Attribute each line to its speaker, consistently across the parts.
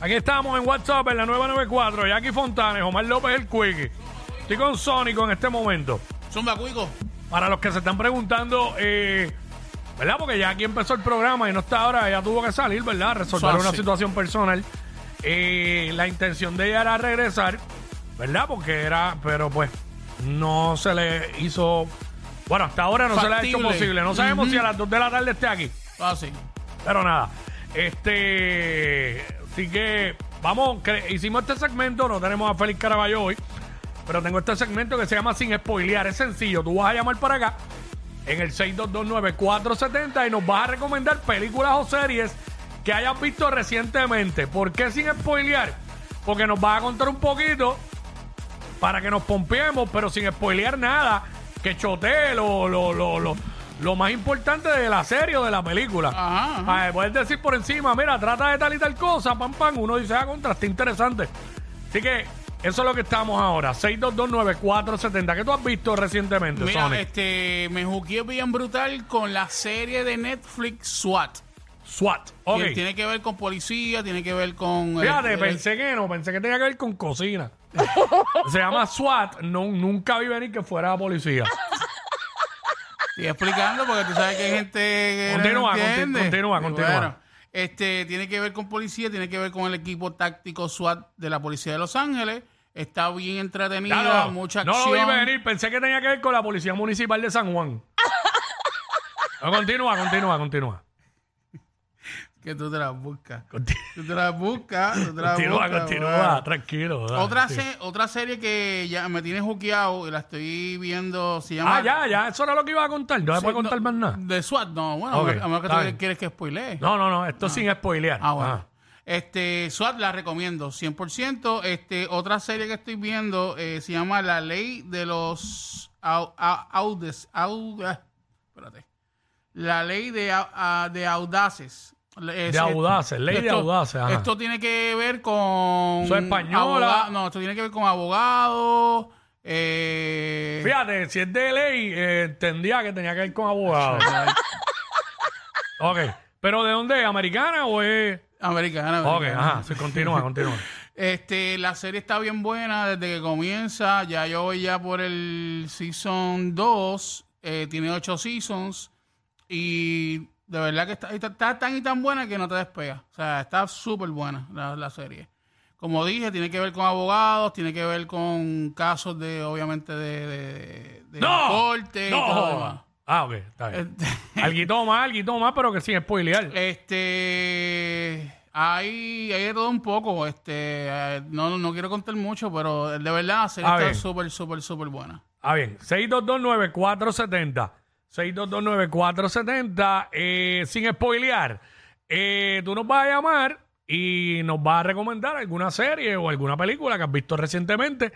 Speaker 1: Aquí estamos en WhatsApp en la 994. Jackie Fontanes, Omar López el Quickie. Estoy con Sónico en este momento.
Speaker 2: Zumba, cuico.
Speaker 1: Para los que se están preguntando, eh, ¿verdad? Porque ya aquí empezó el programa y no está ahora, ella tuvo que salir, ¿verdad? Resolver
Speaker 2: Eso
Speaker 1: una
Speaker 2: así.
Speaker 1: situación personal. Eh, la intención de ella era regresar, ¿verdad? Porque era, pero pues no se le hizo, bueno, hasta ahora no se le ha hecho
Speaker 2: Factible.
Speaker 1: posible. No sabemos
Speaker 2: Ujú.
Speaker 1: si a las 2 de la tarde esté aquí,
Speaker 2: Así.
Speaker 1: pero nada. Este, así que vamos, cre- hicimos este segmento, no tenemos a Félix Caraballo hoy, pero tengo este segmento que se llama Sin Spoilear, es sencillo, tú vas a llamar para acá en el 6229470 y nos vas a recomendar películas o series que hayas visto recientemente. ¿Por qué sin spoilear? Porque nos vas a contar un poquito para que nos pompeemos, pero sin spoilear nada, que chotee lo, lo, lo, lo, lo más importante de la serie o de la película.
Speaker 2: Ajá,
Speaker 1: Ah, puedes decir por encima, mira, trata de tal y tal cosa, pam, pam, uno dice, ah, contra, está interesante. Así que eso es lo que estamos ahora, 6229470. ¿Qué tú has visto recientemente,
Speaker 2: Mira,
Speaker 1: Sonic?
Speaker 2: este, me juqué bien brutal con la serie de Netflix SWAT.
Speaker 1: SWAT. Ok.
Speaker 2: Que tiene que ver con policía, tiene que ver con... eh,
Speaker 1: Fíjate, pues.
Speaker 2: eh,
Speaker 1: pensé que no, pensé que tenía que ver con cocina. Se llama SWAT, no, nunca vi venir que fuera policía.
Speaker 2: Estoy explicando porque tú sabes que hay gente que no
Speaker 1: Continúa, conti-
Speaker 2: entiende.
Speaker 1: continúa,
Speaker 2: Y
Speaker 1: continúa.
Speaker 2: este, tiene que ver con policía, tiene que ver con el equipo táctico SWAT de la policía de Los Ángeles. Está bien entretenida,
Speaker 1: Ya no,
Speaker 2: mucha
Speaker 1: no lo
Speaker 2: acción.
Speaker 1: vi venir, pensé que tenía que ver con la policía municipal de San Juan. No, continúa, continúa, continúa.
Speaker 2: Que tú te la buscas.
Speaker 1: Conti-
Speaker 2: Tú te la buscas, tú te la
Speaker 1: Continúa,
Speaker 2: buscas,
Speaker 1: continúa,
Speaker 2: bueno.
Speaker 1: tranquilo. dale,
Speaker 2: Otra,
Speaker 1: sí.
Speaker 2: se- otra serie que ya me tiene juqueado y la estoy viendo, se llama...
Speaker 1: Ah, ya, ya, eso era lo que iba a contar. No se puede contar más nada.
Speaker 2: De SWAT, no, bueno, a
Speaker 1: Ok,
Speaker 2: menos- a menos que
Speaker 1: está
Speaker 2: tú
Speaker 1: bien.
Speaker 2: quieres que spoilee.
Speaker 1: No, no, no, esto sin spoilear.
Speaker 2: Ah, bueno.
Speaker 1: Ajá.
Speaker 2: Este, SWAT la recomiendo 100%. Este, otra serie que estoy viendo eh, se llama La Ley de los Au- Au- Audes. Au- ah, espérate. La Ley de, Au- ah, de Audaces. Le- es-
Speaker 1: De Audaces, Ley de Audaces, ajá.
Speaker 2: Esto tiene que ver con.
Speaker 1: Eso es española.
Speaker 2: aboga- no, esto tiene que ver con abogados. Eh,
Speaker 1: Fíjate, si es de ley, eh, entendía que tenía que ver con abogados. ok, pero ¿de dónde? es? ¿Americana o es...?
Speaker 2: Americana.
Speaker 1: Ok,
Speaker 2: americana.
Speaker 1: ajá, sí, continúa, continúa.
Speaker 2: Este, la serie está bien buena desde que comienza. Ya yo voy ya por el season 2. eh, tiene 8 seasons. Y de verdad que está, está- está tan y tan buena que no te despega. O sea, está súper buena la, la serie. Como dije, tiene que ver con abogados, tiene que ver con casos de, obviamente, de, de, de corte este, y todo Eh. lo demás.
Speaker 1: ¡No! Ah, ok, está bien. Alguito más, alguito más, pero que sin spoilear.
Speaker 2: Este. Hay, hay de todo un poco. Este, eh, no, no quiero contar mucho, pero de verdad la serie
Speaker 1: Ah,
Speaker 2: está
Speaker 1: bien.
Speaker 2: súper, súper, súper buena.
Speaker 1: Ah, bien. 6229470. 6229470. Eh, sin spoilear, eh, tú nos vas a llamar y nos vas a recomendar alguna serie o alguna película que has visto recientemente.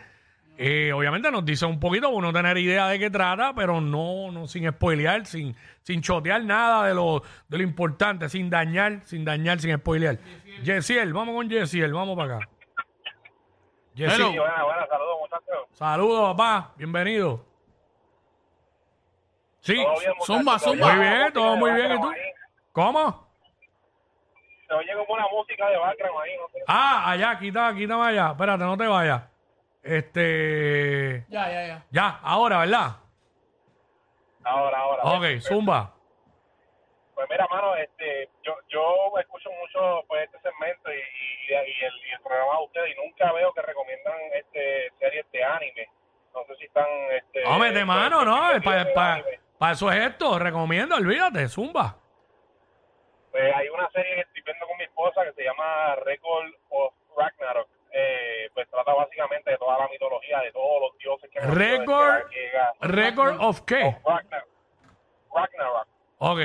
Speaker 1: Eh, obviamente nos dice un poquito, uno tener idea de qué trata, pero no, no sin spoilear, sin, sin chotear nada de lo, de lo importante, sin dañar, sin dañar, sin spoilear. Yesiel, vamos con Yesiel, vamos para acá. Yesiel,
Speaker 2: Hello.
Speaker 3: Buenas, buenas, saludos muchachos.
Speaker 1: Saludos, papá. Bienvenido. Sí.
Speaker 3: Todo bien, muchachos.
Speaker 2: Zumba,
Speaker 3: Se oye
Speaker 2: zumba.
Speaker 1: Muy
Speaker 3: como
Speaker 1: bien,
Speaker 3: música
Speaker 1: todo
Speaker 3: de
Speaker 1: muy bien,
Speaker 3: background
Speaker 1: ¿y tú?
Speaker 3: ahí.
Speaker 1: ¿Cómo?
Speaker 3: Se oye como una música de background ahí, no sé.
Speaker 1: Ah, allá, quita, quítame allá. Espérate, no te vayas. Este.
Speaker 2: Ya, ya, ya.
Speaker 1: Ya, ahora, ¿verdad?
Speaker 3: Ahora, ahora.
Speaker 1: Ok, zumba.
Speaker 3: Pues mira, mano, este, yo, yo escucho mucho pues este segmento y, y, y el, y el programa de ustedes y nunca veo que recomiendan este series de anime. No sé si están este
Speaker 1: No, mete mano, no.
Speaker 3: este,
Speaker 1: Para
Speaker 3: de anime.
Speaker 1: eso es esto. Recomiendo, olvídate, zumba.
Speaker 3: Pues hay una serie que estoy viendo con mi esposa que se llama Record of Ragnarok. Eh, pues trata básicamente de toda la mitología de todos los dioses que han habido desde
Speaker 1: Record-
Speaker 3: la griega.
Speaker 1: ¿Record of qué?
Speaker 3: Ragnar- Ragnarok.
Speaker 1: Ok.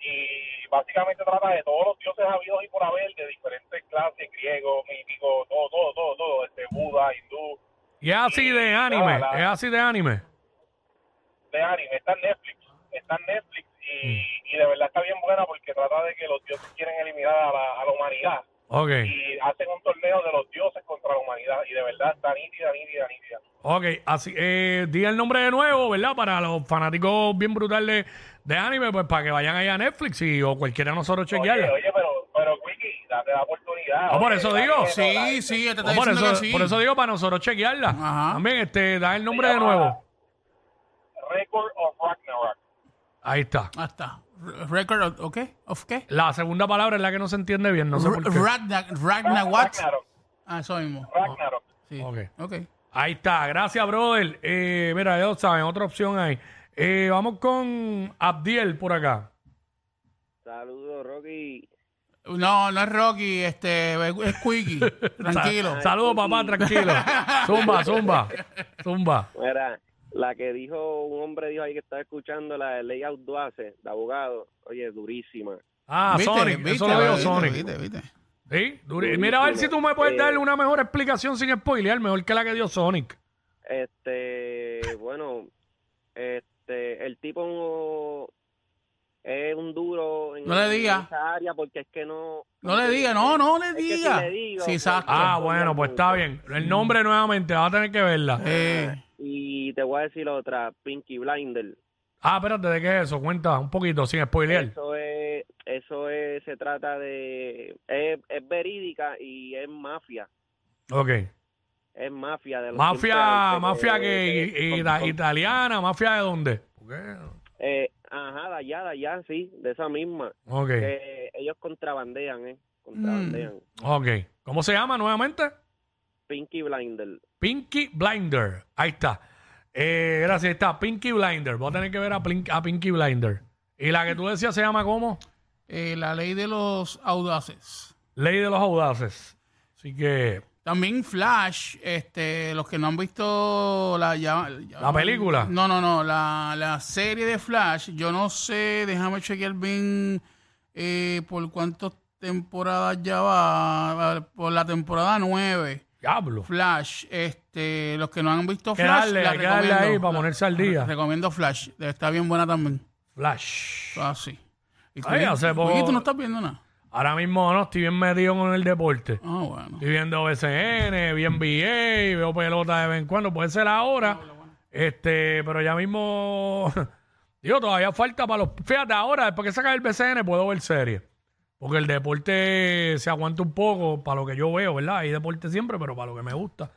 Speaker 3: Y básicamente trata de todos los dioses habidos y por haber, de diferentes clases, griegos, míticos, todo, todo, todo, todo, este Buda, hindú,
Speaker 1: Y es así de anime. Es así de anime.
Speaker 3: de anime. Está en Netflix, está en Netflix y,
Speaker 1: Mm.
Speaker 3: y de verdad está bien buena porque trata de que los dioses quieren eliminar a la, a la humanidad
Speaker 1: Ok.
Speaker 3: y hacen un torneo de los dioses contra la humanidad y de verdad está nítida, nítida, nítida.
Speaker 1: Ok, así, eh, di el nombre de nuevo, ¿verdad? Para los fanáticos bien brutales de anime, pues para que vayan ahí a Netflix y, o cualquiera de nosotros
Speaker 3: Oye,
Speaker 1: chequearla.
Speaker 3: oye, pero, pero Wiki, la, la da oportunidad.
Speaker 1: Ah, por eso
Speaker 3: Oye,
Speaker 1: digo,
Speaker 3: Daniel,
Speaker 2: Sí,
Speaker 3: la gente-
Speaker 2: sí, él te está
Speaker 1: Oh, por,
Speaker 2: diciendo
Speaker 1: eso,
Speaker 2: que sí.
Speaker 1: por eso digo para nosotros chequearla.
Speaker 2: Ajá.
Speaker 1: También este, da el nombre
Speaker 3: Se
Speaker 1: de
Speaker 3: llama
Speaker 1: nuevo.
Speaker 3: Record of Ragnarok.
Speaker 1: Ahí está.
Speaker 2: Ah, está. R- Record of, ¿o qué? ¿Of qué?
Speaker 1: La segunda palabra es la que no se entiende bien, no sé por qué.
Speaker 2: Ragna, Ragna what?
Speaker 3: Ragnarok.
Speaker 2: Ah, eso mismo.
Speaker 3: Ragnarok.
Speaker 2: Sí.
Speaker 1: Ok.
Speaker 2: Ok.
Speaker 1: Ahí está, gracias, brother. Eh, mira, ya lo saben, otra opción ahí. Eh, vamos con Abdiel por acá.
Speaker 4: Saludos, Rocky.
Speaker 2: No, no es Rocky, este, es es Quickie. Tranquilo.
Speaker 1: Sa- Saludos, papá, tranquilo. Zumba, zumba, zumba.
Speaker 4: Mira, la que dijo, un hombre dijo ahí que estaba escuchando la de Ley Auduace, de abogado. Oye, durísima.
Speaker 1: Ah, Sonic, eso lo digo
Speaker 2: viste,
Speaker 1: Sonic.
Speaker 2: viste, viste.
Speaker 1: Sí, duri- Mira, a ver si tú me puedes
Speaker 4: Eh.
Speaker 1: dar una mejor explicación sin spoilear, mejor que la que dio Sonic.
Speaker 4: Este, bueno, este, el tipo es un duro en,
Speaker 2: No le diga.
Speaker 4: en esa área porque es que no...
Speaker 2: No le diga, no, no le
Speaker 4: Es que si
Speaker 2: diga.
Speaker 4: le digo,
Speaker 2: sí,
Speaker 4: pues,
Speaker 2: exacto.
Speaker 1: Ah, bueno, pues está bien. El nombre nuevamente, vas a tener que verla.
Speaker 2: Eh,
Speaker 4: Y te voy a decir otra, Pinky Blinder.
Speaker 1: Ah, espérate, ¿de qué es eso? Cuenta un poquito, sin spoilear.
Speaker 4: Eso es, eso es, se trata de, es, es verídica y es mafia.
Speaker 1: Ok.
Speaker 4: Es mafia de los
Speaker 1: Mafia,
Speaker 4: tiempos
Speaker 1: mafia
Speaker 4: antes
Speaker 1: que,
Speaker 4: que-
Speaker 1: i- ita-
Speaker 4: eh, con- con-
Speaker 1: italiana, mafia de dónde? Porque-
Speaker 4: eh, ajá, de allá, de allá, sí, de esa misma.
Speaker 1: Ok,
Speaker 4: Que ellos contrabandean, ¿eh? Contrabandean.
Speaker 1: ok. ¿Cómo se llama nuevamente?
Speaker 4: Pinky Blinder.
Speaker 1: Pinky Blinder. Ahí está. Eh, gracias, ahí está. Pinky Blinder. Voy a tener que ver a, Plin- a Pinky Blinder. ¿Y la que tú decías se llama cómo?
Speaker 2: eh, la ley de los audaces.
Speaker 1: Ley de los Audaces. Así que,
Speaker 2: También Flash, este, los que no han visto la, ya- ya-
Speaker 1: ¿La película?
Speaker 2: No, no, no, la, la serie de Flash, yo no sé, déjame chequear bien eh, por cuántas temporadas ya va, a ver, por la temporada 9,
Speaker 1: diablo.
Speaker 2: Flash, este, los que no han visto
Speaker 1: que
Speaker 2: Flash,
Speaker 1: darle,
Speaker 2: la
Speaker 1: hay que darle
Speaker 2: recomiendo.
Speaker 1: ahí para
Speaker 2: La-
Speaker 1: ponerse al día.
Speaker 2: Recomiendo Flash, está bien buena también.
Speaker 1: Flash.
Speaker 2: Ah, sí. ¿Y tú,
Speaker 1: Ay, hace poco-
Speaker 2: Oye, tú no estás viendo nada?
Speaker 1: Ahora mismo no, estoy bien metido con el deporte.
Speaker 2: Ah, bueno.
Speaker 1: Estoy viendo BCN, vi NBA, veo pelota de vez en cuando. Puede ser ahora. Este, pero ya mismo. Digo, todavía falta para los. Fíjate, ahora, después que saca el BCN, puedo ver series. Porque el deporte se aguanta un poco para lo que yo veo, ¿verdad? Hay deporte siempre, pero para lo que me gusta.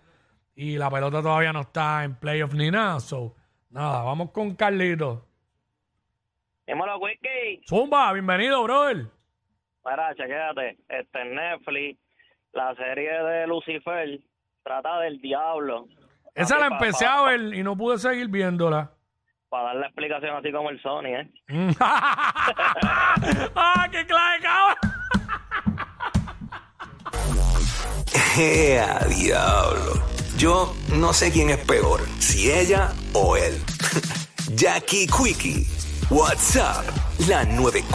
Speaker 1: Y la pelota todavía no está en playoff ni nada. So, nada, vamos con Carlito.
Speaker 5: Dímelo, Wiki.
Speaker 1: Zumba, bienvenido, brother.
Speaker 5: Mira, chequéate. Este en Netflix, la serie de Lucifer trata del diablo.
Speaker 1: Esa
Speaker 5: Así
Speaker 1: la
Speaker 5: pa-
Speaker 1: empecé
Speaker 5: pa-
Speaker 1: a ver y no pude seguir viéndola.
Speaker 5: Para dar la explicación así como el Sony, ¿eh?
Speaker 1: Mm. ¡Ah, qué clave, cabrón!
Speaker 6: ¡Ea, diablo! Yo no sé quién es peor, si ella o él. Jackie Quickie, WhatsApp, la 9.